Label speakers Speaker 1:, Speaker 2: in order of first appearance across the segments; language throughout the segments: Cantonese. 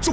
Speaker 1: 足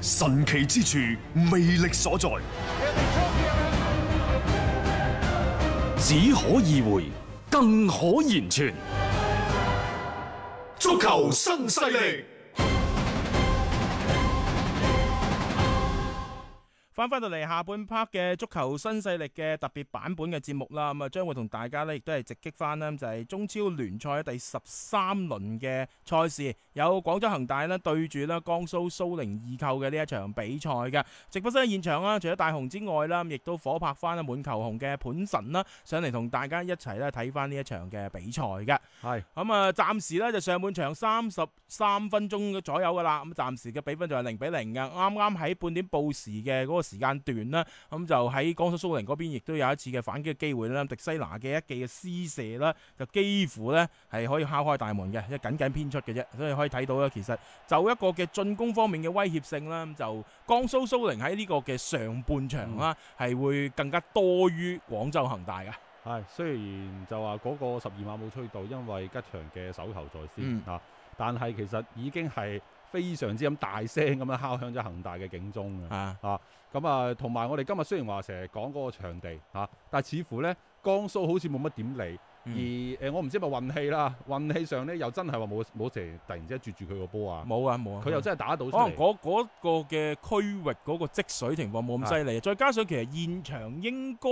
Speaker 2: 神奇之處，魅力所在，
Speaker 3: 只可意會，更可言傳。
Speaker 1: 足球新勢力。
Speaker 4: 翻翻到嚟下半 part 嘅足球新勢力嘅特別版本嘅節目啦，咁啊將會同大家呢亦都係直擊翻呢就係中超聯賽第十三輪嘅賽事，有廣州恒大呢對住呢江蘇蘇寧易購嘅呢一場比賽嘅直播室嘅現場啦，除咗大雄之外啦，亦都夥拍翻呢滿球紅嘅盤神啦，上嚟同大家一齊咧睇翻呢一場嘅比賽嘅。
Speaker 3: 係
Speaker 4: 咁啊，暫時咧就上半場三十三分鐘左右噶啦，咁啊暫時嘅比分就係零比零嘅，啱啱喺半點報時嘅嗰個時間段啦，咁就喺江蘇蘇寧嗰邊亦都有一次嘅反擊嘅機會啦，迪西拿嘅一記嘅施射啦，就幾乎呢係可以敲開大門嘅，即係僅僅偏出嘅啫，所以可以睇到啦，其實就一個嘅進攻方面嘅威脅性啦，咁就江蘇蘇寧喺呢個嘅上半場啦，
Speaker 5: 嗯
Speaker 4: 係會更加多於廣州恒大嘅。
Speaker 5: 係，雖然就話嗰個十二碼冇吹到，因為吉祥嘅手球在先、
Speaker 4: 嗯
Speaker 5: 啊，但係其實已經係非常之咁大聲咁樣敲響咗恒大嘅警鐘嘅。
Speaker 4: 啊，
Speaker 5: 咁啊，同埋我哋今日雖然話成日講嗰個場地嚇、啊但係似乎呢江蘇好似冇乜點理，而
Speaker 4: 嗯
Speaker 5: 誒、呃我唔知係咪運氣啦， 運氣上呢又真係話冇冇成突然之間絕住佢個波啊，
Speaker 4: 冇啊冇啊，
Speaker 5: 佢又真係打得到出
Speaker 4: 可能
Speaker 5: 嚟。
Speaker 4: 嗰嗰個嘅區域嗰個積水情況冇
Speaker 5: 啊
Speaker 4: 咁犀利，啊再加上其實現場應該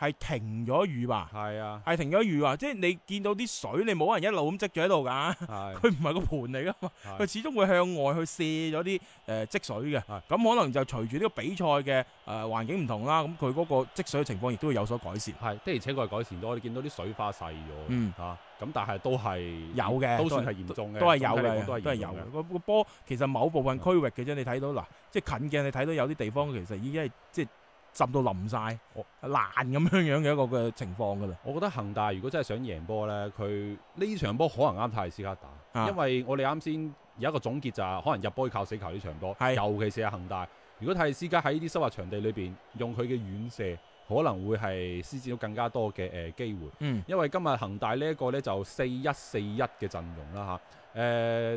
Speaker 4: 係停咗雨吧，
Speaker 5: 係啊，
Speaker 4: 係停咗雨啊！即係你見到啲水，你冇可能一路咁積住喺度㗎，
Speaker 5: 係
Speaker 4: 佢唔係個盤嚟㗎嘛，
Speaker 5: 係
Speaker 4: 佢始終會向外去卸咗啲誒積水嘅，
Speaker 5: 係
Speaker 4: 咁可能就隨住呢個比賽嘅誒呃環境唔同啦，咁佢嗰個積水嘅情況亦都會有所改善。
Speaker 5: 係的而且確係改善咗，我哋見到啲水花細咗，
Speaker 4: 嗯
Speaker 5: 嚇咁，但係都係
Speaker 4: 有嘅
Speaker 5: 都算
Speaker 4: 都
Speaker 5: 係嚴重嘅，
Speaker 4: 都係有
Speaker 5: 總體嚟
Speaker 4: 嘅，
Speaker 5: 講
Speaker 4: 都係
Speaker 5: 係
Speaker 4: 有
Speaker 5: 嚴重
Speaker 4: 嘅。個個波其實某部分區域嘅啫，你睇到嗱，即係近鏡你睇到有啲地方其實已經係即係浸到淋晒、
Speaker 5: 哦
Speaker 4: 爛咁樣樣嘅一個嘅情況㗎啦。
Speaker 5: 我覺得恒大如果真係想贏波呢，佢呢場波可能啱泰斯卡打，
Speaker 4: 啊
Speaker 5: 因為我哋啱先有一個總結就係可能入波要靠死球呢場波，
Speaker 4: 係
Speaker 5: 尤其是係恒大。如果泰斯卡喺呢啲收穫場地裏邊用佢嘅遠射，可能會係施展到更加多嘅誒、呃、機會。
Speaker 4: 嗯，
Speaker 5: 因為今日恒大呢一個呢，就四一四一嘅陣容啦嚇，誒、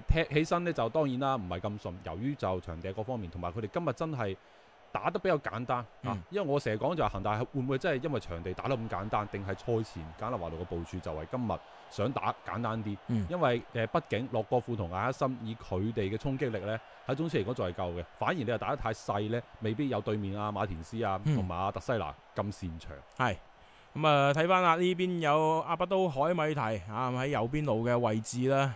Speaker 5: 踢起身呢，就當然啦唔係咁順，由於就場地各方面，同埋佢哋今日真係打得比較簡單嚇、
Speaker 4: 嗯
Speaker 5: 啊因為我成日講就係恒大會唔會真係因為場地打得咁簡單，定係賽前簡立華路嘅部署就係今日想打簡單啲，
Speaker 4: 嗯
Speaker 5: 因為誒、畢竟洛國富同艾克森以佢哋嘅衝擊力呢，喺中超嚟講仲係夠嘅，反而你又打得太細呢，未必有對面啊馬田斯啊
Speaker 4: 嗯
Speaker 5: 同埋啊特西拿咁擅長。
Speaker 4: 係。咁啊，睇翻啦，呢邊有阿不都海米提啊喺右邊路嘅位置啦，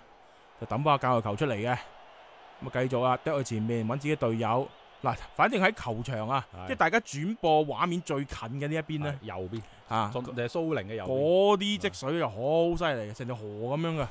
Speaker 4: 就抌翻個教球球出嚟嘅。咁啊，繼續啊，啄去前面揾自己隊友。嗱，反正喺球場啊，
Speaker 5: 係
Speaker 4: 即係大家轉播畫面最近嘅呢一邊呢，
Speaker 5: 係右邊，
Speaker 4: 啊，
Speaker 5: 誒蘇寧嘅右邊。
Speaker 4: 嗰啲積水啊又好犀利嘅，成條河咁樣嘅，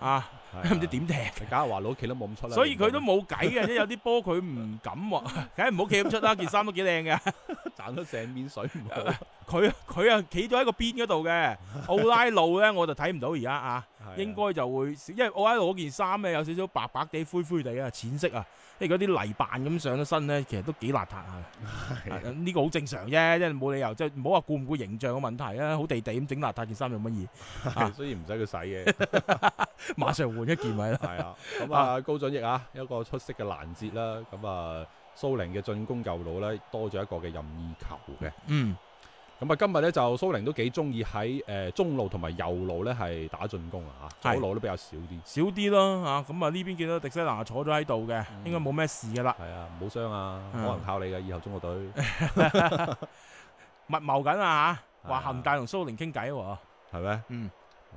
Speaker 4: 啊，
Speaker 5: 係
Speaker 4: 唔知
Speaker 5: 啊
Speaker 4: 點踢，
Speaker 5: 假如話佬企都冇咁出啦，
Speaker 4: 所以佢都
Speaker 5: 唔
Speaker 4: 冇計嘅，即係有啲波佢唔敢喎，梗係唔好企咁出啦，件衫都幾靚嘅，
Speaker 5: 賺咗成面水唔好。
Speaker 4: 佢佢啊企咗喺個邊嗰度嘅，奧拉路咧我就睇唔到而家啊，
Speaker 5: 係啊
Speaker 4: 應 該就會少，因為奧拉路嗰件衫咧有少少白白地、灰灰地啊、淺色啊，即係嗰啲泥扮咁上咗身咧，其實都幾邋遢下嘅，啊呢個好正常啫，即係冇理由即係唔好話顧唔顧形象嘅問題啊，好地地咁整邋遢件衫有乜嘢，啊
Speaker 5: 係，雖然唔使佢洗嘅，
Speaker 4: 馬上換一件咪啦。
Speaker 5: 係 啊。咁啊，高準翼啊，一個出色嘅攔截啦。咁啊，蘇寧嘅進攻右路咧，多咗一個嘅任意球嘅。
Speaker 4: 嗯，
Speaker 5: 咁啊，今日咧就蘇寧都幾中意喺誒中路同埋右路咧係打進攻啊，嚇
Speaker 4: 係
Speaker 5: 左路都比較少啲。
Speaker 4: 少啲咯吓，咁啊呢邊見到迪西拿坐咗喺度嘅，
Speaker 5: 嗯
Speaker 4: 應該冇咩事噶啦，
Speaker 5: 係啊，唔好傷啊，可
Speaker 4: 嗯
Speaker 5: 能靠你嘅以後中國隊
Speaker 4: 密謀緊啊吓，
Speaker 5: 係
Speaker 4: 話
Speaker 5: 啊哦
Speaker 4: 恒大同蘇寧傾偈喎，
Speaker 5: 係咩？
Speaker 4: 嗯，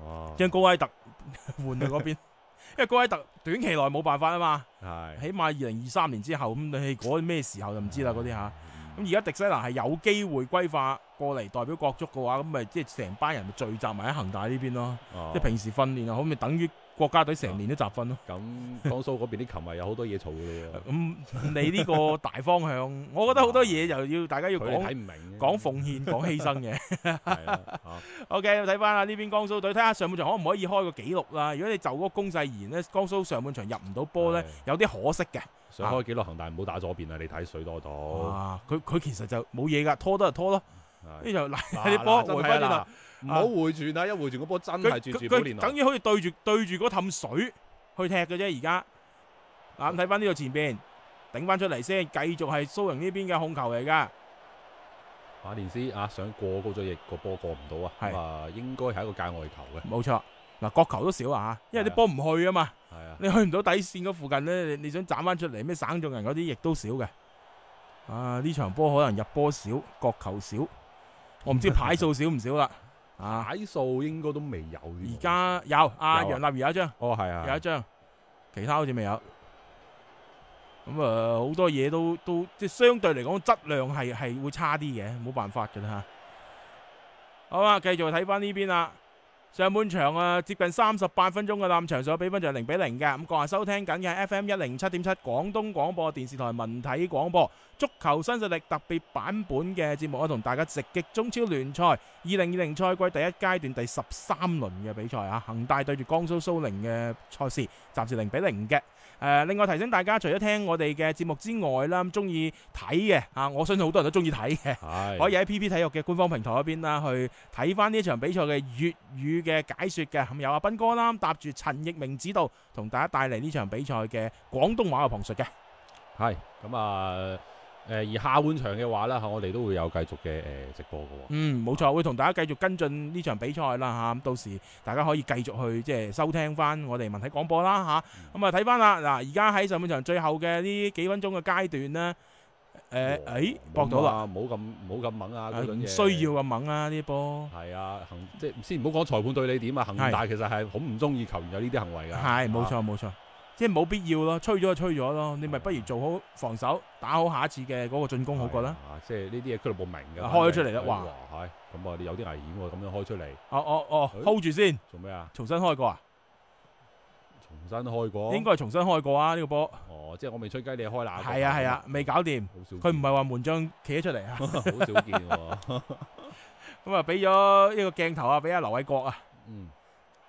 Speaker 5: 哦，
Speaker 4: 將高威特 換去嗰邊，因 為高威特短期內冇辦法啊嘛，
Speaker 5: 係嗯
Speaker 4: 起碼二零二三年之後咁，你嗰咩時候就唔知啦嗰啲吓。咁而家迪西拿係有機會歸化過嚟代表國足嘅話，咁咪即係成班人咪聚集埋喺恒大呢邊咯，
Speaker 5: 哦哦
Speaker 4: 即係平時訓練啊，可唔可以等於國家隊成年都集訓咯。
Speaker 5: 咁江蘇嗰邊啲球迷有好多嘢嘈嘅
Speaker 4: 咁
Speaker 5: 咯，、
Speaker 4: 你呢個大方向，我覺得好多嘢就要大家要
Speaker 5: 佢哋睇
Speaker 4: 講
Speaker 5: 唔明嘅。
Speaker 4: 講奉獻、講 犧牲嘅。
Speaker 5: 係啊 啦嚇
Speaker 4: OK，睇翻啦呢邊江蘇隊，睇下上半場可唔可以開個紀錄啦。如果你就嗰個攻勢而言呢，江蘇上半場入唔到波呢
Speaker 5: 係，
Speaker 4: 有啲可惜嘅。
Speaker 5: 想開紀錄恒大唔好打左邊啊！你睇水多到，
Speaker 4: 哇！佢佢其實就冇嘢㗎，拖得就拖咯，
Speaker 5: 係
Speaker 4: 呢就嗱
Speaker 5: 嗱
Speaker 4: 啲波
Speaker 5: 嗱真
Speaker 4: 回
Speaker 5: 係
Speaker 4: 翻轉頭
Speaker 5: 啦，唔好回轉啊！一回轉個波真係
Speaker 4: 佢
Speaker 5: 轉住
Speaker 4: 佢
Speaker 5: 保
Speaker 4: 佢
Speaker 5: 連奴
Speaker 4: 等。於好似對住對住嗰氹水去踢嘅啫，而家啊睇翻呢度前邊頂翻出嚟先，繼續係蘇寧呢邊嘅控球嚟㗎。
Speaker 5: 馬連斯啊，想過高咗翼，個波過唔到啊，
Speaker 4: 係
Speaker 5: 咁啊應該係一個界外球嘅，
Speaker 4: 冇錯，嗱角球都少啊，因為啲波唔去啊嘛，
Speaker 5: 係啊，
Speaker 4: 你去唔到底線嗰附近呢，你你想斬翻出嚟咩省眾人嗰啲亦都少嘅。啊，呢場波可能入波少，角球少，我 唔知牌數少唔少啦。啊，
Speaker 5: 解數應該都未有呢個。
Speaker 4: 而家有阿
Speaker 5: 有啊
Speaker 4: 楊立儀有一張。
Speaker 5: 哦係啊，
Speaker 4: 有一張，其他好似未有。咁啊，呃好、多嘢都都即係相對嚟講質量係係會差啲嘅，冇辦法㗎啦嚇。好啊，繼續睇翻呢邊啦。上半場啊，接近三十八分鐘嘅冧場，所比分就係零比零嘅。咁各位收聽緊嘅 FM 一零七點七廣東廣播電視台文體廣播足球新勢力特別版本嘅節目，我同大家直擊中超聯賽。二零二零賽季第一階段第十三輪嘅比賽啊，恒大對住江蘇蘇寧嘅賽事，暫時零比零嘅。誒、呃另外提醒大家，除咗聽我哋嘅節目之外啦，咁中意睇嘅啊，我相信好多人都中意睇嘅。
Speaker 5: 係
Speaker 4: 可以喺 PP 體育嘅官方平台嗰邊啦，去睇翻呢場比賽嘅粵語嘅解說嘅，咁有阿斌哥啦，搭住陳奕明指導，同大家帶嚟呢場比賽嘅廣東話嘅旁述嘅。
Speaker 5: 係咁啊。誒而下半場嘅話啦，嚇我哋都會有繼續嘅誒、直播嘅喎、
Speaker 4: 嗯，冇錯，會同大家繼續跟進呢場比賽啦嚇，咁、到時大家可以繼續去即係收聽翻我哋文體廣播啦嚇，咁啊睇翻啦，嗱而家喺上半場最後嘅呢幾分鐘嘅階段呢，誒
Speaker 5: 哇
Speaker 4: 誒
Speaker 5: 冇
Speaker 4: 搏到啦，
Speaker 5: 啊，唔好咁唔好咁猛啊！
Speaker 4: 啊
Speaker 5: 嗰
Speaker 4: 唔
Speaker 5: 陣嘢
Speaker 4: 需要咁猛啊呢波，
Speaker 5: 係啊，恒即係先唔好講裁判對你點啊，恒大其實係好唔中意球員有呢啲行為㗎。
Speaker 4: 係冇
Speaker 5: 啊，
Speaker 4: 錯冇錯，即係冇必要咯，吹咗就吹咗咯，你咪不如做好防守，打好下一次嘅嗰個進攻好過啦。
Speaker 5: 係啊。即係呢啲嘢俱樂部明㗎。
Speaker 4: 開咗出嚟啦
Speaker 5: 哎
Speaker 4: 哇！
Speaker 5: 係咁啊，你有啲危險喎，咁樣開出嚟
Speaker 4: 哦哦哦
Speaker 5: 誒
Speaker 4: ，hold 住先，
Speaker 5: 做咩啊？
Speaker 4: 重新開過啊，
Speaker 5: 重新開過。
Speaker 4: 應該係重新開過啊呢個波，
Speaker 5: 哦，即係我未吹雞，你開冷。
Speaker 4: 係啊係啊，未搞掂，
Speaker 5: 好少見。
Speaker 4: 佢唔係話門將企咗出嚟啊。
Speaker 5: 好少見喎。
Speaker 4: 咁啊，俾咗一個鏡頭啊，俾阿劉偉國啊，
Speaker 5: 嗯，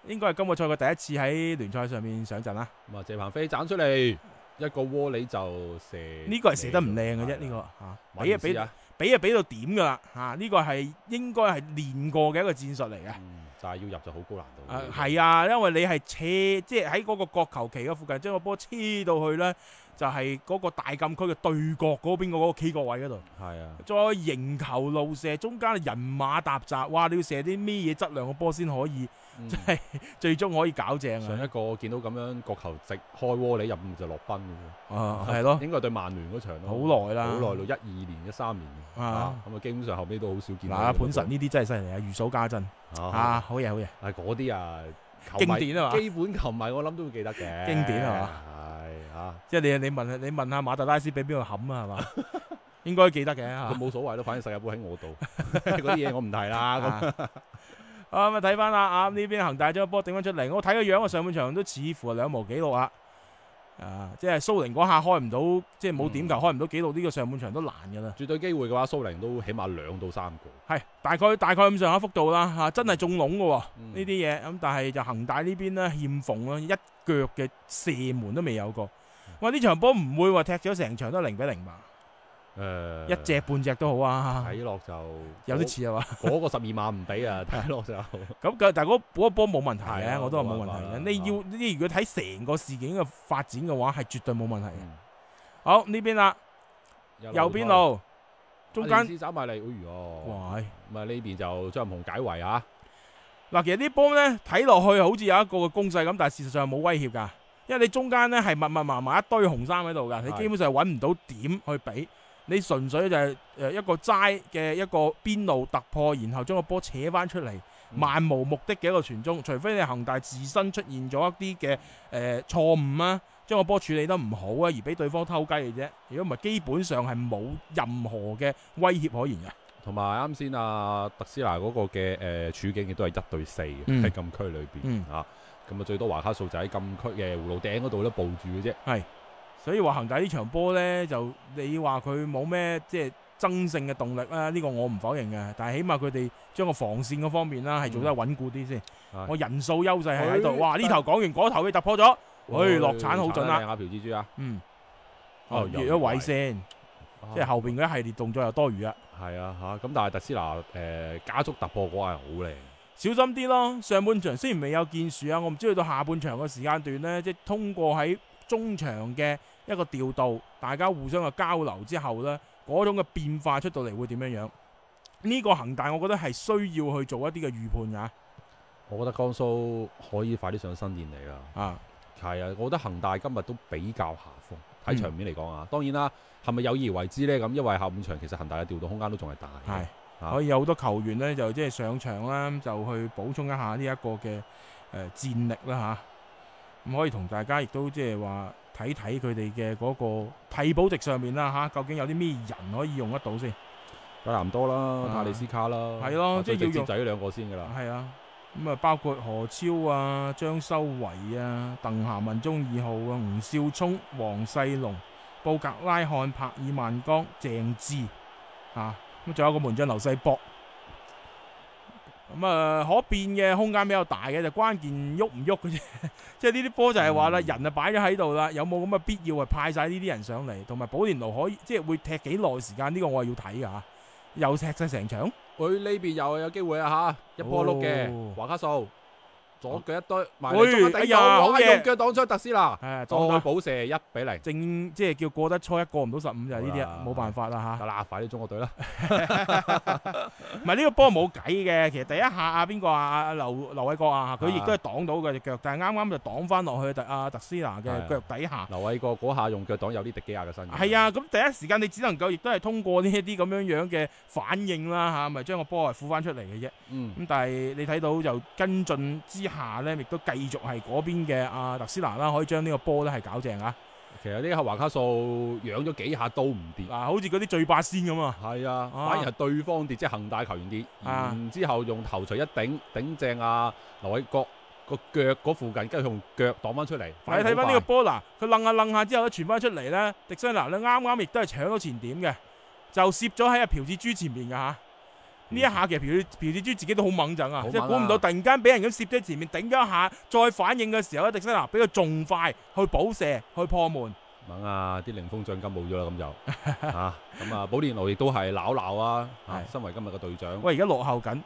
Speaker 4: 應該係今個賽季第一次喺聯賽上面上陣啦。
Speaker 5: 咁啊，謝鵬飛斬出嚟一個窩里就射。
Speaker 4: 呢個係射得唔靚嘅啫，呢個嚇
Speaker 5: 馬
Speaker 4: 俾
Speaker 5: 連
Speaker 4: 啊
Speaker 5: 斯
Speaker 4: 俾
Speaker 5: 啊，
Speaker 4: 俾啊俾到點噶啦嚇，呢個係應該係練過嘅一個戰術嚟嘅。
Speaker 5: 嗯就係要入就好高難度
Speaker 4: 誒
Speaker 5: 嘅。
Speaker 4: 係啊，因為你係車，即係喺嗰個角球旗嘅附近將個波黐到去呢，就係嗰個大禁區嘅對角嗰邊嗰個 K 角位嗰度。
Speaker 5: 係啊。
Speaker 4: 再迎球路射，中間人馬搭雜，哇！你要射啲咩嘢質量嘅波先可以，
Speaker 5: 嗯
Speaker 4: 真係最終可以搞正
Speaker 5: 上
Speaker 4: 啊！
Speaker 5: 一個見到咁樣角球直開窩里入五就落賓嘅喎，
Speaker 4: 啊，係咯。
Speaker 5: 應該係對曼聯嗰場咯，
Speaker 4: 好耐啦
Speaker 5: 好耐到一二年、一三年嘅
Speaker 4: 啊
Speaker 5: 啊咁啊基本上後尾都好少見到
Speaker 4: 嗱，
Speaker 5: 呢
Speaker 4: 阿
Speaker 5: 個波。
Speaker 4: 盤神呢啲真係犀利啊，如數家珍啊，
Speaker 5: 啊，
Speaker 4: 好嘢好嘢，
Speaker 5: 係嗰啲啊，球
Speaker 4: 經
Speaker 5: 迷
Speaker 4: 典啊嘛，
Speaker 5: 基本球迷我諗都會記得嘅，
Speaker 4: 經典係
Speaker 5: 係啊，
Speaker 4: 即係你你問下你問下馬特拉斯俾邊個冚啊，係 嘛？應該記得嘅啊嚇
Speaker 5: 佢。冇所謂咯，反正世界盃喺我 度，嗰啲嘢我唔提啦。咁
Speaker 4: 啊啊咁啊睇翻啦，啊呢邊恒大將個波頂翻出嚟，我睇個樣啊，上半場都似乎係兩無紀錄啊。啊，即係蘇寧嗰下開唔到，即係冇
Speaker 5: 嗯
Speaker 4: 點球開唔到紀錄，呢個上半場都難㗎啦。
Speaker 5: 絕對機會嘅話，蘇寧都起碼兩到三個。
Speaker 4: 係大概大概咁上下幅度啦，嚇、啊真係中籠嘅喎
Speaker 5: 嗯
Speaker 4: 呢啲嘢，咁但係就恒大呢邊呢，欠奉啦，一腳嘅射門都未有過。
Speaker 5: 嗯
Speaker 4: 喂，呢場波唔會話踢咗成場都零比零吧？
Speaker 5: 嗯誒，
Speaker 4: 一隻半隻都好啊，
Speaker 5: 睇落就
Speaker 4: 有啲似啊嘛。
Speaker 5: 嗰嗰個十二碼唔俾啊，睇落就。
Speaker 4: 咁佢但係嗰嗰波冇問題
Speaker 5: 係啊
Speaker 4: 嘅，我都話冇問
Speaker 5: 冇
Speaker 4: 題嘅。
Speaker 5: 辦法啦
Speaker 4: 你要你如果睇成個事件嘅發展嘅話，係絕對冇問題嘅。
Speaker 5: 嗯
Speaker 4: 好呢邊啦，右邊路中間，
Speaker 5: 走埋嚟，哎呦！
Speaker 4: 哇！
Speaker 5: 咁啊呢邊就張紅解圍啊，
Speaker 4: 嗱，其實呢波呢，睇落去好似有一個嘅攻勢咁，但係事實上冇威脅㗎，因為你中間呢係密密麻麻一堆紅衫喺度㗎，你
Speaker 5: 係
Speaker 4: 基本上揾唔到點去比，你純粹就係誒一個齋嘅一個邊路突破，然後將個波扯翻出嚟，
Speaker 5: 嗯
Speaker 4: 漫無目的嘅一個傳中，除非你恒大自身出現咗一啲嘅誒錯誤啊，將個波處理得唔好啊，而俾對方偷雞嘅啫。如果唔係，基本上係冇任何嘅威脅可言嘅。
Speaker 5: 同埋啱先啊特斯拉嗰個嘅誒處境亦都係一對四嘅
Speaker 4: 嗯
Speaker 5: 喺禁區裏邊
Speaker 4: 嗯
Speaker 5: 啊。咁啊最多華卡素就喺禁區嘅葫蘆頂嗰度咧佈住嘅啫。
Speaker 4: 所以話恒大呢場波呢，就你話佢冇咩即係爭勝嘅動力啦，呢、個我唔否認嘅。但係起碼佢哋將個防線嗰方面啦，係做得穩固啲先。
Speaker 5: 嗯係哎
Speaker 4: 我人數優勢係喺度，
Speaker 5: 佢
Speaker 4: 哇！呢頭講完，嗰頭佢突破咗，唉哎落鏟好準啦
Speaker 5: 阿朴蜘蛛啊，
Speaker 4: 嗯，
Speaker 5: 哦
Speaker 4: 哦，
Speaker 5: 又哦
Speaker 4: 越一位先，即係後邊嗰一系列動作又多餘啊。
Speaker 5: 係啊嚇，咁但係特斯拿誒加速突破嗰下係好靚，
Speaker 4: 小心啲咯。上半場雖然未有建樹啊，我唔知道到下半場嘅時間段呢，即係通過喺中場嘅一個調度，大家互相嘅交流之後呢，嗰種嘅變化出到嚟會點樣樣？呢、個恒大我覺得係需要去做一啲嘅預判㗎
Speaker 5: 我覺得江蘇可以快啲上新年嚟啦。
Speaker 4: 啊，
Speaker 5: 係啊，我覺得恒大今日都比較下風，
Speaker 4: 嗯
Speaker 5: 喺場面嚟講啊。當然啦，係咪有意而為之呢？咁因為下半場其實恒大嘅調動空間都仲係大嘅。
Speaker 4: 係
Speaker 5: 啊
Speaker 4: 可以有好多球員呢，就即係上場啦，就去補充一下呢一個嘅誒、呃、戰力啦吓，咁、可以同大家亦都即係話睇睇佢哋嘅嗰個替補席上面啦吓、究竟有啲咩人可以用得到先。
Speaker 5: 格南多啦，
Speaker 4: 啊
Speaker 5: 泰利斯卡啦，
Speaker 4: 係咯
Speaker 5: 啊
Speaker 4: 即
Speaker 5: 最
Speaker 4: 係
Speaker 5: 直
Speaker 4: 要
Speaker 5: 接
Speaker 4: 用
Speaker 5: 就呢兩個先㗎啦。
Speaker 4: 係啊，咁啊包括何超啊、張修維啊、鄧霞文中二號啊、吳少聰、黃世龍、布格拉漢、帕爾曼江、鄭智啊，咁仲有個門將劉世博。咁啊，可變嘅空間比較大嘅，就關鍵喐唔喐嘅啫。 即係呢啲波就係話啦，
Speaker 5: 嗯
Speaker 4: 人啊擺咗喺度啦，有冇咁嘅必要係啊派晒呢啲人上嚟，同埋保連奴可以即係會踢幾耐時間？呢、個我係要睇㗎嚇，又踢晒成場。
Speaker 5: 佢呢邊又有機會啊嚇，一波碌
Speaker 4: 哦
Speaker 5: 嘅華卡素，左腳一堆埋
Speaker 4: 喂
Speaker 5: 嚟中間
Speaker 4: 哎
Speaker 5: 頂
Speaker 4: 呀
Speaker 5: 到，
Speaker 4: 好
Speaker 5: 哇
Speaker 4: 嘢
Speaker 5: 用腳擋出特斯拿，
Speaker 4: 誒，
Speaker 5: 再
Speaker 4: 當得
Speaker 5: 補射一比零。
Speaker 4: 正即係叫過得初一過唔到十五就係呢啲啊，
Speaker 5: 好啦
Speaker 4: 冇辦 法啦
Speaker 5: 得
Speaker 4: 嚇。
Speaker 5: 啦，快啲中國隊 啦！
Speaker 4: 唔係呢個波冇計嘅，其實第一下啊邊個啊啊啊劉劉偉國啊，佢亦都係擋到佢只腳，但係啱啱就擋翻落去特啊特斯拿
Speaker 5: 係啊嗯
Speaker 4: 嘅腳底下。
Speaker 5: 劉偉國嗰下用腳擋有啲迪基亞嘅身影。
Speaker 4: 係啊，咁第一時間你只能夠亦都係通過呢一啲咁樣樣嘅反應啦嚇，咪將個波係扶翻出嚟嘅啫。
Speaker 5: 嗯，
Speaker 4: 咁但係你睇到就跟進之下呢，亦都繼續係嗰邊嘅啊特斯拿啦，可以將呢個波咧係搞正啊！
Speaker 5: 其實呢下華卡素養咗幾下都唔跌。
Speaker 4: 嗱，好似嗰啲最霸先咁啊！
Speaker 5: 係啊，
Speaker 4: 啊
Speaker 5: 反而係對方跌，即係恒大球員跌，
Speaker 4: 啊
Speaker 5: 然之後用頭槌一頂頂正啊劉偉國個腳嗰附近，跟住用腳擋翻出嚟。
Speaker 4: 你
Speaker 5: 反而
Speaker 4: 睇翻呢
Speaker 5: 啊好
Speaker 4: 個波嗱，佢楞下楞下之後咧，傳翻出嚟咧，迪西拿咧啱啱亦都係搶到前點嘅，就攝咗喺阿朴志洙前面嘅嚇。呢一下其實朴朴志洙自己都好猛陣啊
Speaker 5: 好，
Speaker 4: 即係
Speaker 5: 猛
Speaker 4: 估唔到
Speaker 5: 啊
Speaker 4: 突然間俾人咁攝咗前面頂咗一下，再反應嘅時候咧，迪西拿比佢仲快去補射去破門。
Speaker 5: 快猛啊！啲零封獎金冇咗啦，咁就 啊咁啊，保連奴亦都係鬧鬧啊！啊
Speaker 4: 係
Speaker 5: 身為今日嘅隊長
Speaker 4: 喂，而家落後緊，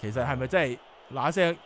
Speaker 4: 其實係咪真係嗱聲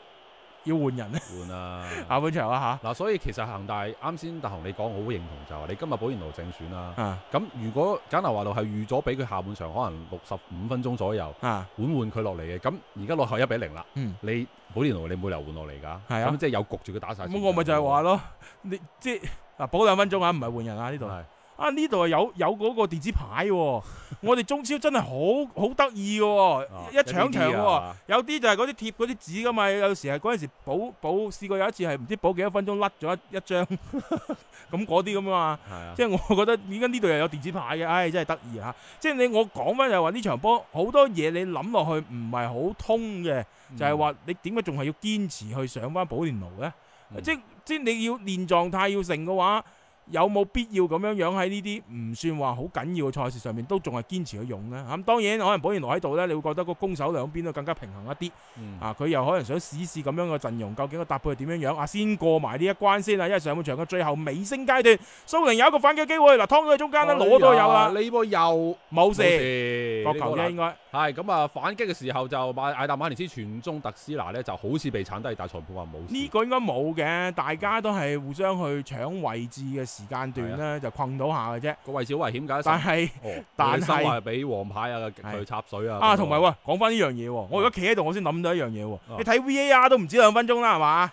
Speaker 4: 要換人咧？
Speaker 5: 換啊！
Speaker 4: 下半場啊
Speaker 5: 嗱，所以其實恒大啱先，大雄你講，我好認同就係話你今日保連奴正選啦
Speaker 4: 嚇。啊
Speaker 5: 咁如果簡拿華路係預咗俾佢下半場可能六十五分鐘左右。
Speaker 4: 啊
Speaker 5: 換換佢落嚟嘅，咁而家落後一比零啦。
Speaker 4: 嗯
Speaker 5: 你保連奴你冇理由換落嚟㗎，
Speaker 4: 係啊
Speaker 5: 咁即係有焗住佢打晒。
Speaker 4: 咁我咪就係話，咯，你即係嗱補兩分鐘啊，唔係換人啊呢度。
Speaker 5: 係
Speaker 4: 啊呢度啊有有嗰個電子牌喎、 我哋中超真係好好得意嘅喎，
Speaker 5: 啊
Speaker 4: 一搶
Speaker 5: 有
Speaker 4: 場
Speaker 5: 啲
Speaker 4: 喎、
Speaker 5: 啲啊
Speaker 4: 有啲就係嗰啲貼嗰啲紙噶嘛，有時係嗰陣時補補試過有一次係唔知補幾多分鐘甩咗一一 張，咁嗰啲咁啊嘛。
Speaker 5: 係啊，
Speaker 4: 即係我覺得而家呢度又有電子牌嘅，唉、真係得意啊！即係你我講翻就係話呢場波好多嘢你諗落去唔係好通嘅，就係話你點解仲係要堅持去上翻保連奴呢？
Speaker 5: 嗯
Speaker 4: 即即你要練狀態要成嘅話，有冇必要咁樣樣喺呢啲唔算話好緊要嘅賽事上面都仲係堅持去用呢？咁、當然可能保連奴喺度呢，你會覺得個攻守兩邊都更加平衡一啲。
Speaker 5: 嗯
Speaker 4: 啊，佢又可能想試試咁樣嘅陣容，究竟個搭配係點樣樣啊？先過埋呢一關先啦，因為上半場嘅最後尾聲階段，蘇寧有一個反擊機會，嗱，湯到喺中間咧，攞到有
Speaker 5: 哎
Speaker 4: 啦，
Speaker 5: 呀呢波又
Speaker 4: 冇
Speaker 5: 冇
Speaker 4: 事，
Speaker 5: 事
Speaker 4: 角球啫應該
Speaker 5: 係咁啊！反擊嘅時候就馬艾達馬連斯傳中特斯拿咧，就好似被鏟低，但係裁判話冇事。
Speaker 4: 呢個應該冇嘅，大家都係互相去搶位置嘅時間
Speaker 5: 啊
Speaker 4: 段咧，就困到下嘅啫。
Speaker 5: 個位置好危險㗎，
Speaker 4: 但係
Speaker 5: 哦
Speaker 4: 但
Speaker 5: 我哋收
Speaker 4: 係
Speaker 5: 話俾黃牌啊，佢插水啊。
Speaker 4: 啊，
Speaker 5: 咁
Speaker 4: 同埋
Speaker 5: 啊
Speaker 4: 喂，講翻呢樣嘢喎，我而家企喺度，我先諗到一樣嘢喎，
Speaker 5: 啊
Speaker 4: 你睇 VAR 都唔止兩分鐘啦，係嘛？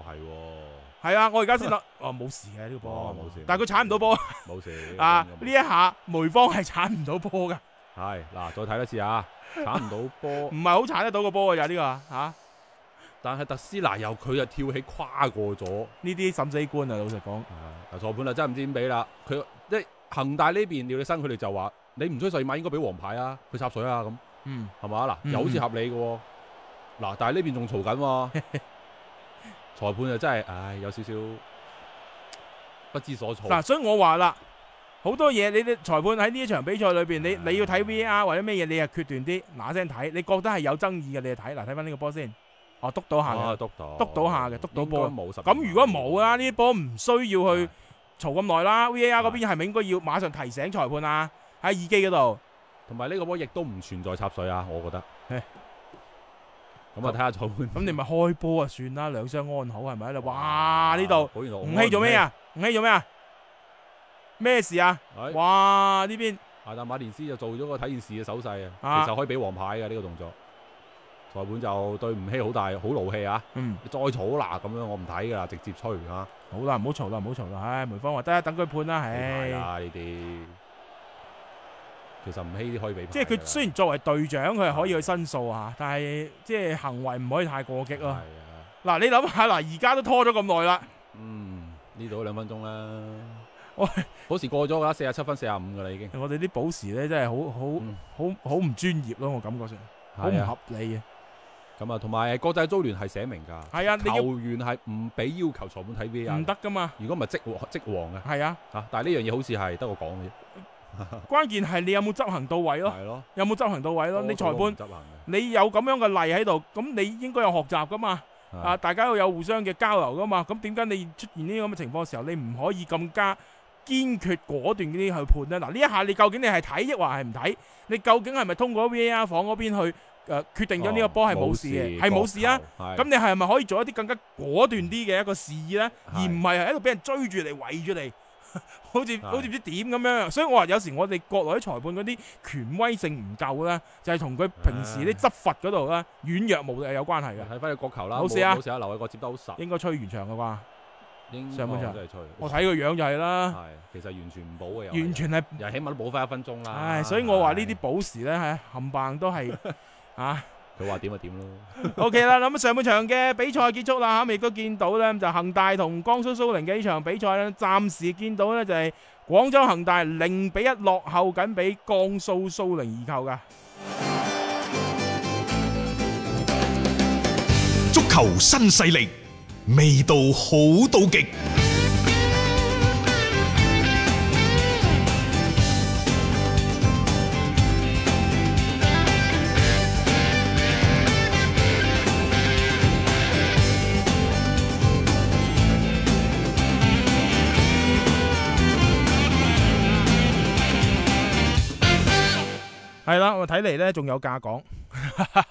Speaker 5: 哦
Speaker 4: 係啊，我而家先諗，哦冇事嘅呢個波
Speaker 5: 哦冇事，
Speaker 4: 但係佢鏟唔到波
Speaker 5: 係喎，冇事
Speaker 4: 啊！
Speaker 5: 咁
Speaker 4: 呢一下梅方係鏟唔到波㗎。
Speaker 5: 係嗱，再睇多次 啊，鏟唔到波
Speaker 4: 唔。係好踩得到個波嘅咋呢個啊嚇？
Speaker 5: 但係特斯拿由佢就跳起跨過咗，
Speaker 4: 呢啲審死官啊，老實講，
Speaker 5: 嗱裁判就啊真係唔知點俾啦。佢即係恒大呢邊廖力生佢哋就話：你唔吹十二碼應該俾黃牌啊，佢插水啊咁，
Speaker 4: 嗯，
Speaker 5: 係嘛嗱？
Speaker 4: 嗯
Speaker 5: 又好似合理嘅喎。嗱，但係呢邊仲嘈緊喎，裁判就啊真係唉有少少不知所措。啊
Speaker 4: 嗱，所以我話啦，好多嘢你哋裁判喺呢一場比賽裏邊，你你要睇 VR 或者咩嘢，你係決斷啲，嗱聲睇，你覺得係有爭議嘅，你就睇。嗱，睇翻呢個波先，哦，督到下
Speaker 5: 啊，
Speaker 4: 嘅。
Speaker 5: 督到
Speaker 4: 篤到下嘅篤到波
Speaker 5: 應該冇十二碼。啊
Speaker 4: 咁如果冇啊，呢啲波唔需要去
Speaker 5: 係
Speaker 4: 嘈咁耐啦。VR
Speaker 5: 係
Speaker 4: 嗰邊係咪應該要馬上提醒裁判啊？喺耳機嗰度，
Speaker 5: 同埋呢個波亦都唔存在插水啊，我覺 得。咁
Speaker 4: 嘿
Speaker 5: 啊，睇下裁判。
Speaker 4: 咁你咪開波啊，算啦，兩相安好係咪啊？哇！呢度
Speaker 5: 好，原來
Speaker 4: 吳曦做咩啊？吳曦做咩啊？咩事啊？
Speaker 5: 吳曦？唉
Speaker 4: 哇！呢邊
Speaker 5: 哎阿達馬連斯就做咗個睇電視嘅手勢啊，
Speaker 4: 啊
Speaker 5: 其實可以俾黃牌嘅呢個動作。裁判就對吳曦好大好怒氣啊！
Speaker 4: 嗯。
Speaker 5: 你再嘈啦，咁樣我唔睇㗎啦，直接吹啊！
Speaker 4: 好啦，唔好嘈啦，唔好嘈啦，唉，梅芳話得啊，等佢判啦，
Speaker 5: 俾牌
Speaker 4: 唉，
Speaker 5: 啦呢啲，其實吳曦啲可以俾牌㗎啦。
Speaker 4: 即係佢雖然作為隊長，佢係可以去申訴啊，但係即係行為唔可以太過激
Speaker 5: 係
Speaker 4: 咯。
Speaker 5: 啊，
Speaker 4: 嗱，你諗下，嗱，而家都拖咗咁耐啦，
Speaker 5: 嗯，呢度都兩分鐘啦。
Speaker 4: 喂，
Speaker 5: 嗰時過咗㗎啦，四十七分四十五㗎啦已經。
Speaker 4: 我哋啲保時咧真係好好
Speaker 5: 嗯
Speaker 4: 好好唔專業咯，我感覺上好
Speaker 5: 係
Speaker 4: 唔
Speaker 5: 啊
Speaker 4: 合理嘅。
Speaker 5: 咁啊，同埋國際足聯係寫明㗎，
Speaker 4: 係啊，你要
Speaker 5: 球員係唔俾要求裁判睇 V R，
Speaker 4: 唔得噶嘛？
Speaker 5: 如果唔係即黃即黃嘅
Speaker 4: 係啊，
Speaker 5: 嚇。但係呢樣嘢好似係得我講嘅啫，
Speaker 4: 關鍵係你有冇執行到位咯？
Speaker 5: 係咯，
Speaker 4: 有冇執行到位咯？你
Speaker 5: 多
Speaker 4: 裁
Speaker 5: 數都唔
Speaker 4: 判
Speaker 5: 執行
Speaker 4: 你有咁樣嘅例喺度，咁你應該有學習噶嘛？
Speaker 5: 嘅
Speaker 4: 啊，，大家要有互相嘅交流噶嘛。咁點解你出現呢啲咁嘅情況嘅時候，你唔可以咁加堅決果斷啲去判呢？嗱，呢一下你究竟你係睇抑或係唔睇？你究竟係咪通過 VAR 房嗰邊去誒、呃、決定咗呢個波係冇事嘅？係冇、事啊！咁
Speaker 5: 咁
Speaker 4: 你係咪可以做一啲更加果斷啲嘅一個示意呢？
Speaker 5: 係
Speaker 4: 而唔係喺度俾人追住嚟 圍住你，好似
Speaker 5: 係
Speaker 4: 好似唔知點咁樣。所以我話有時我哋國內啲裁判嗰啲權威性唔夠啦，就係同佢平時啲執法嗰度啦軟弱無力係有關係嘅。
Speaker 5: 睇翻你國球啦，
Speaker 4: 冇
Speaker 5: 冇
Speaker 4: 事啊
Speaker 5: 冇事啊，劉偉國接得好實，
Speaker 4: 應該吹完場嘅啩，
Speaker 5: 應
Speaker 4: 上半場
Speaker 5: 哦真係吹，
Speaker 4: 我睇個樣就係啦，
Speaker 5: 係其實完全唔補啊嘅，又係啊
Speaker 4: 完全係，
Speaker 5: 又起碼都補翻一分鐘啦。
Speaker 4: 唉，所以我話呢啲補時咧，係冚棒都係 啊
Speaker 5: 佢話點就點咯，
Speaker 4: ，OK 啦。咁上半場嘅比賽結束啦，咁亦都見到咧，就恒大同江蘇蘇寧嘅呢場比賽咧，暫時見到咧就係廣州恒大零比一落後緊俾江蘇蘇寧二球噶。
Speaker 1: 足球新勢力，味道好到極。
Speaker 4: 係啦，我睇嚟咧仲有價講，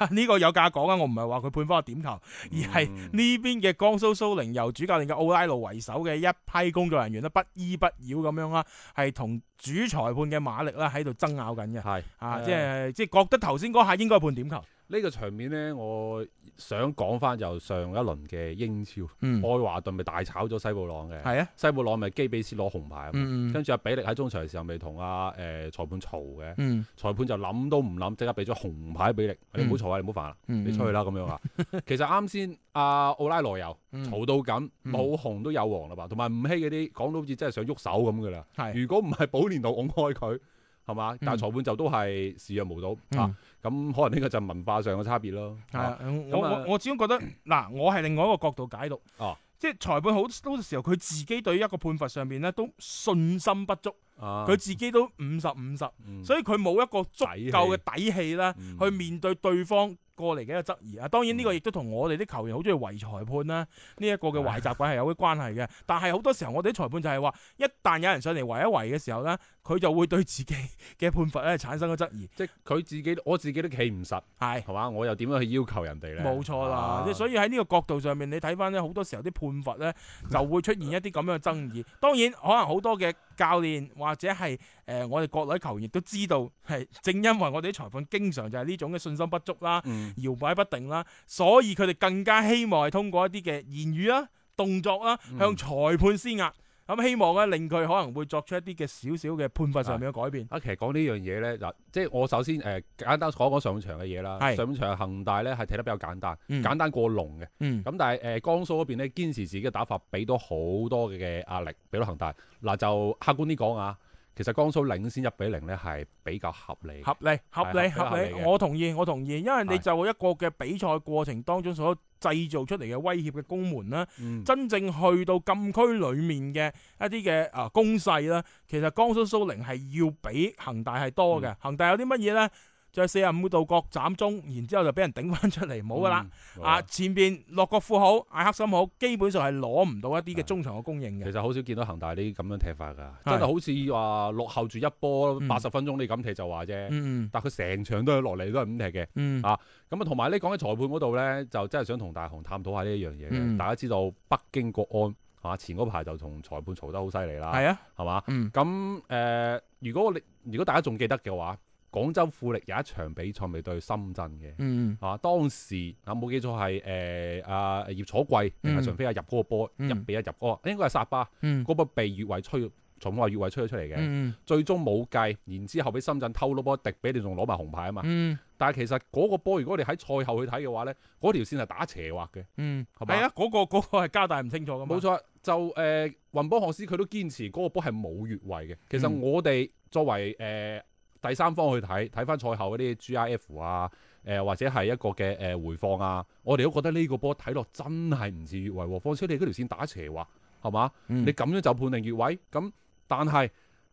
Speaker 4: 呢個有價講啊！我唔係話佢判翻個點球，而係
Speaker 5: 嗯
Speaker 4: 呢邊嘅江蘇蘇寧由主教練嘅奧拉路為首嘅一批工作人員咧，不依不饒咁樣啦，係同主裁判嘅馬力啦喺度爭拗緊嘅，
Speaker 5: 係
Speaker 4: 啊，
Speaker 5: 誒
Speaker 4: 即係即係覺得頭先嗰下應該判點球，
Speaker 5: 呢個場面呢，我想講翻就上一輪嘅英超，
Speaker 4: 嗯，
Speaker 5: 愛華頓咪大炒咗西布朗嘅，
Speaker 4: 係啊，
Speaker 5: 西布朗咪基比斯攞紅牌啊嘛。
Speaker 4: 嗯嗯
Speaker 5: 跟住阿比利喺中場嘅時候，咪同阿誒裁判嘈嘅，
Speaker 4: 嗯
Speaker 5: 裁判就諗都唔諗，即刻俾咗紅牌俾你，你唔好嘈啊，你唔好煩啦，
Speaker 4: 嗯，
Speaker 5: 你出去啦咁樣 啊。其實啱先阿奧拉羅油
Speaker 4: 嗯，
Speaker 5: 嘈到咁，
Speaker 4: 嗯
Speaker 5: 冇紅都有黃啦吧，同埋吳曦嗰啲講到好似真係想喐手咁噶啦。
Speaker 4: 係，
Speaker 5: 如果唔係保連奴㧬開佢，係嘛？但係裁判就都係視若無睹啊
Speaker 4: 嗯。
Speaker 5: 咁可能呢個就文化上嘅差別咯。
Speaker 4: 係啊，我
Speaker 5: 咁啊
Speaker 4: 我我始終覺得嗱，我係另外一個角度解讀，
Speaker 5: 哦
Speaker 4: 即係裁判好多時候佢自己對於一個判罰上面咧都信心不足。
Speaker 5: 啊
Speaker 4: 佢自己都五十五十，
Speaker 5: 嗯
Speaker 4: 所以佢冇一個足夠嘅底氣啦，
Speaker 5: 嗯
Speaker 4: 去面對對方過嚟嘅一個質疑啊。當然呢個亦都同我哋啲球員好中意圍裁判啦，呢、一個嘅壞習慣係有啲關係嘅。但係好多時候我哋啲裁判就係話，一旦有人上嚟圍一圍嘅時候呢，佢就會對自己嘅判罰咧產生咗質疑，
Speaker 5: 即係佢自己，我自己都企唔實，
Speaker 4: 係。
Speaker 5: 係嘛？我又點樣去要求人哋咧？啊
Speaker 4: 冇錯啦，即係
Speaker 5: 以
Speaker 4: 所以喺呢個角度上面，你睇翻咧好多時候啲判罰咧就會出現一啲咁樣嘅爭議。 當然，可能好多嘅教練或者係誒、呃我哋國內球員都知道係正因為我哋啲裁判經常就係呢種嘅信心不足啦、
Speaker 5: 嗯
Speaker 4: 搖擺不定啦，所以佢哋更加希望係通過一啲嘅言語啦、動作啦
Speaker 5: 嗯
Speaker 4: 向裁判施壓。咁希望咧，令佢可能會作出一啲嘅少少嘅判罰上面嘅改變。
Speaker 5: 啊，其實講呢樣嘢咧，嗱，即係我首先誒、呃、簡單講講上半場嘅嘢啦。
Speaker 4: 係
Speaker 5: 上半場恒大咧係踢得比較簡單，
Speaker 4: 嗯
Speaker 5: 簡單過龍嘅。
Speaker 4: 嗯，
Speaker 5: 咁但係誒、呃江蘇嗰邊咧堅持自己嘅打法，俾到好多嘅壓力，俾到恒大。嗱、就客觀啲講啊，其實江蘇領先一比零咧係比較合理嘅。
Speaker 4: 合理合
Speaker 5: 合理
Speaker 4: 理合
Speaker 5: 合理
Speaker 4: 理，
Speaker 5: 嘅
Speaker 4: 我同意我同意，因為你
Speaker 5: 係
Speaker 4: 就一個嘅比賽過程當中所製造出嚟嘅威脅嘅攻門啦，
Speaker 5: 嗯
Speaker 4: 真正去到禁區裏面嘅一啲嘅啊攻勢啦，其實江蘇蘇寧係要比恒大係多嘅。
Speaker 5: 嗯
Speaker 4: 恒大有啲乜嘢呢？就係四十五度角斬中，然之後就俾人頂翻出嚟，冇噶啦。
Speaker 5: 嗯
Speaker 4: 啊，前邊洛國富好，艾克森好，基本上係攞唔到一啲嘅中場嘅供應
Speaker 5: 其
Speaker 4: 嘅。
Speaker 5: 實好少見到恒大呢啲咁樣踢法㗎，
Speaker 4: 係
Speaker 5: 真係好似話落後住一波
Speaker 4: 嗯
Speaker 5: 八十分鐘你咁踢就話啫，
Speaker 4: 嗯
Speaker 5: 但佢成場都係落嚟都係咁踢嘅。
Speaker 4: 嗯嗯
Speaker 5: 啊咁啊，同埋呢講起裁判嗰度呢，就真係想同大雄探討下呢一樣嘢嘅。
Speaker 4: 嗯
Speaker 5: 大家知道北京國安嚇、啊前嗰排就同裁判嘈得好犀利啦，
Speaker 4: 係啊，
Speaker 5: 係嘛？
Speaker 4: 嗯
Speaker 5: 咁誒、呃如果你如果大家仲記得嘅話，廣州富力有一場比賽咪對深圳嘅。
Speaker 4: 嗯
Speaker 5: 啊！當時啊冇記錯係誒阿葉楚貴定係
Speaker 4: 嗯
Speaker 5: 常飛啊入嗰個波
Speaker 4: 嗯
Speaker 5: 一比一入嗰個，應該係薩巴
Speaker 4: 嗯
Speaker 5: 嗰波被越位吹，重話越位吹咗出嚟嘅，
Speaker 4: 嗯
Speaker 5: 最終冇計，然之後俾深圳偷到波，迪比你仲攞埋紅牌啊嘛。
Speaker 4: 嗯
Speaker 5: 但係其實嗰個波，如果你喺賽後去睇嘅話呢，嗰條線係打斜畫嘅，
Speaker 4: 嗯，
Speaker 5: 係嘛
Speaker 4: 係啊，嗰個嗰個係交代唔清楚噶啊嘛。
Speaker 5: 冇錯。就誒、呃、雲波學師佢都堅持嗰個波係冇越位嘅。其實
Speaker 4: 嗯
Speaker 5: 我哋作為誒、呃第三方去睇，睇翻賽後嗰啲 GIF 啊，誒、或者係一個嘅誒、呃回放啊，我哋都覺得呢個波睇落真係唔似越位喎。況且你嗰條線打斜畫，係嘛？
Speaker 4: 嗯，
Speaker 5: 你咁樣就判定越位，咁但係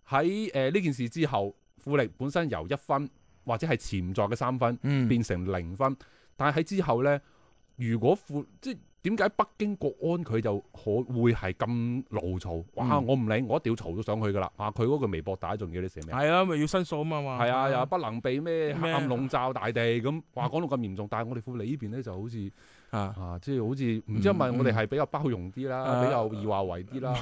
Speaker 5: 喺誒呢件事之後，富力本身由一分或者係潛在嘅三分
Speaker 4: 嗯
Speaker 5: 變成零分，但係喺之後呢，如果富即係點解北京國安佢就可會係咁牢嘈？哇！
Speaker 4: 嗯
Speaker 5: 我唔理，我一定要嘈到上去噶啦！啊，佢嗰個微博打仲叫你寫咩？
Speaker 4: 係啦，咪要申訴啊嘛嘛。
Speaker 5: 係啊，又話不能被咩啊嗯黑
Speaker 4: 咩
Speaker 5: 暗籠罩大地咁，哇！講到咁嚴重，但係我哋富力呢邊呢，就好似
Speaker 4: 啊。
Speaker 5: 啊，即係好似唔知係咪我哋係比較包容啲啦，
Speaker 4: 嗯
Speaker 5: 比較易話為啲 啦。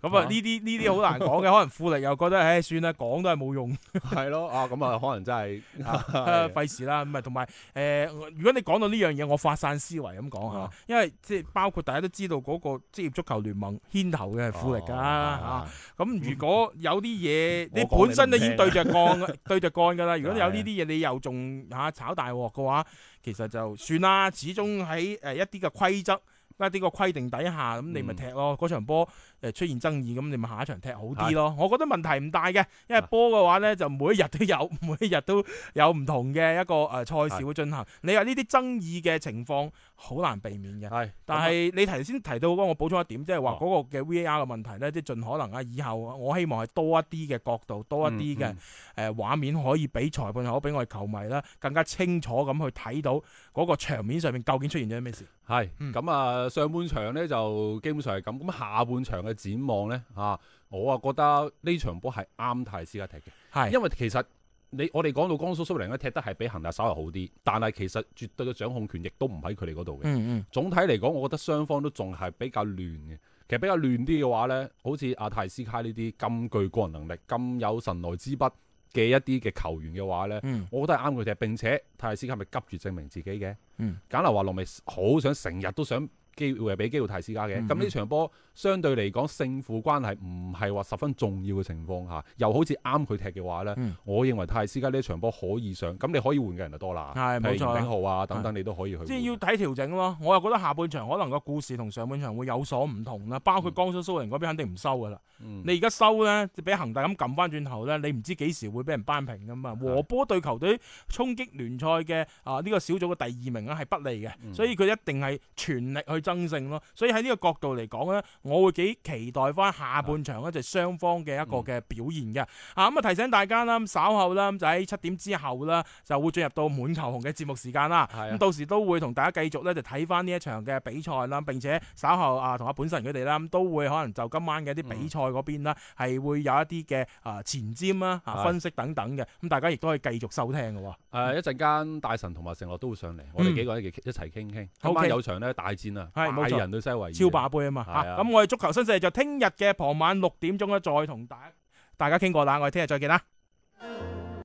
Speaker 4: 咁啊，
Speaker 5: 啊
Speaker 4: 呢啲呢啲好 難講嘅，可能富力又覺得，唉，算啦，講都係冇用，
Speaker 5: 係咯，啊咁啊，可能真係係啊
Speaker 4: 費事啦。唔啊係同埋誒，如果你講到呢樣嘢，我發散思維咁講嚇
Speaker 5: 啊，
Speaker 4: 因為即係包括大家都知道嗰個職業足球聯盟牽頭嘅係富力㗎嚇。
Speaker 5: 啊
Speaker 4: 咁如果有啲嘢，你
Speaker 5: 我講你
Speaker 4: 本身
Speaker 5: 都唔
Speaker 4: 都已經
Speaker 5: 聽啊
Speaker 4: 對着幹對着幹㗎啦。如果有
Speaker 5: 係
Speaker 4: 呢啲嘢，你又仲嚇炒大鑊嘅話，其實就算啦。始終喺誒一啲嘅規則。一啲個規定底下，咁你咪
Speaker 5: 嗯
Speaker 4: 踢咯。嗰、場波誒出現爭議，咁你咪下一場踢好啲咯。我覺得問題唔大嘅，因為
Speaker 5: 係
Speaker 4: 波嘅話呢，就每一日都有， 每一日都有唔同嘅一個誒賽事會進行。你話呢啲爭議嘅情況好難避免嘅。
Speaker 5: 係，
Speaker 4: 但係你頭先提到嗰個，我補充一點，即係話
Speaker 5: 啊哦
Speaker 4: 嗰個嘅 VAR 嘅問題咧，即係盡可能啊，以後我希望係多一啲嘅角度，多一
Speaker 5: 嗯
Speaker 4: 啲嘅誒畫面可以俾裁判又好，俾我哋球迷啦，更加清楚咁去睇到嗰個場面上面究竟出現咗啲咩事。
Speaker 5: 係
Speaker 4: 嗯
Speaker 5: 咁啊，上半場咧就基本上係咁，咁下半場嘅展望咧啊，我啊覺得呢場波係啱泰斯加踢嘅，
Speaker 4: 係，
Speaker 5: 因為其實你我哋講到江蘇蘇寧咧踢得係比恒大稍為好啲，但係其實絕對嘅掌控權亦都唔喺佢哋嗰度嘅。
Speaker 4: 嗯
Speaker 5: 總體嚟講，我覺得雙方都仲係比較亂嘅。其實比較亂啲嘅話呢，好似阿泰斯卡呢啲咁具個人能力、咁有神來之筆嘅一啲嘅球員嘅話呢，
Speaker 4: 嗯
Speaker 5: 我覺得係啱佢踢。並且泰斯卡咪急住證明自己嘅。
Speaker 4: 嗯，
Speaker 5: 簡拿華龍咪好想成日都想機會俾機會泰斯卡嘅。
Speaker 4: 嗯
Speaker 5: 咁呢、場波相對嚟講勝負關係唔係話十分重要嘅情況下，又好似啱佢踢嘅話呢，
Speaker 4: 嗯
Speaker 5: 我認為泰斯卡呢一場波可以上。咁你可以換嘅人就多啦，
Speaker 4: 係冇
Speaker 5: 譬如
Speaker 4: 錯啦
Speaker 5: 袁炳浩啊等等，你都可以去
Speaker 4: 嗯，
Speaker 5: 換。
Speaker 4: 即係要睇調整咯。我又覺得下半場可能個故事同上半場會有所唔同啦，包括江蘇蘇寧嗰邊肯定唔收噶啦。
Speaker 5: 嗯
Speaker 4: 你而家收呢，就俾恒大咁撳翻轉頭呢，你唔知幾時會俾人扳平噶嘛。和波對球隊衝擊聯賽嘅啊呢個小組嘅第二名啊係不利嘅，
Speaker 5: 嗯
Speaker 4: 所以佢一定係全力去爭勝咯。所以喺呢個角度嚟講呢，我會幾期待翻下半場呢，就雙方嘅
Speaker 5: 嗯
Speaker 4: 一個嘅表現嘅。啊咁啊提醒大家啦，咁稍後啦咁就喺七點之後啦，就會進入到滿球紅嘅節目時間啦。
Speaker 5: 係啊
Speaker 4: 咁到時都會同大家繼續咧就睇翻呢一場嘅比賽啦，並且稍後啊同阿本神佢哋啦，咁都會可能就今晚嘅一啲
Speaker 5: 嗯
Speaker 4: 比賽嗰邊啦，係會有一啲嘅啊前瞻啦、啊
Speaker 5: 係
Speaker 4: 分析等等嘅，咁大家亦都可以繼續收聽嘅喎。
Speaker 5: 誒呃一陣間大神同埋成樂都會上嚟，我哋
Speaker 4: 嗯
Speaker 5: 幾個人一齊一齊傾傾。今晚有場咧大戰啊，
Speaker 4: 係冇錯
Speaker 5: 拜仁對西維爾啊
Speaker 4: 超霸杯啊嘛
Speaker 5: 係
Speaker 4: 嚇，
Speaker 5: 啊
Speaker 4: 咁、我哋足球新勢力就聽日嘅傍晚六點鐘咧再同大家大家傾過啦，我哋聽日再見啦。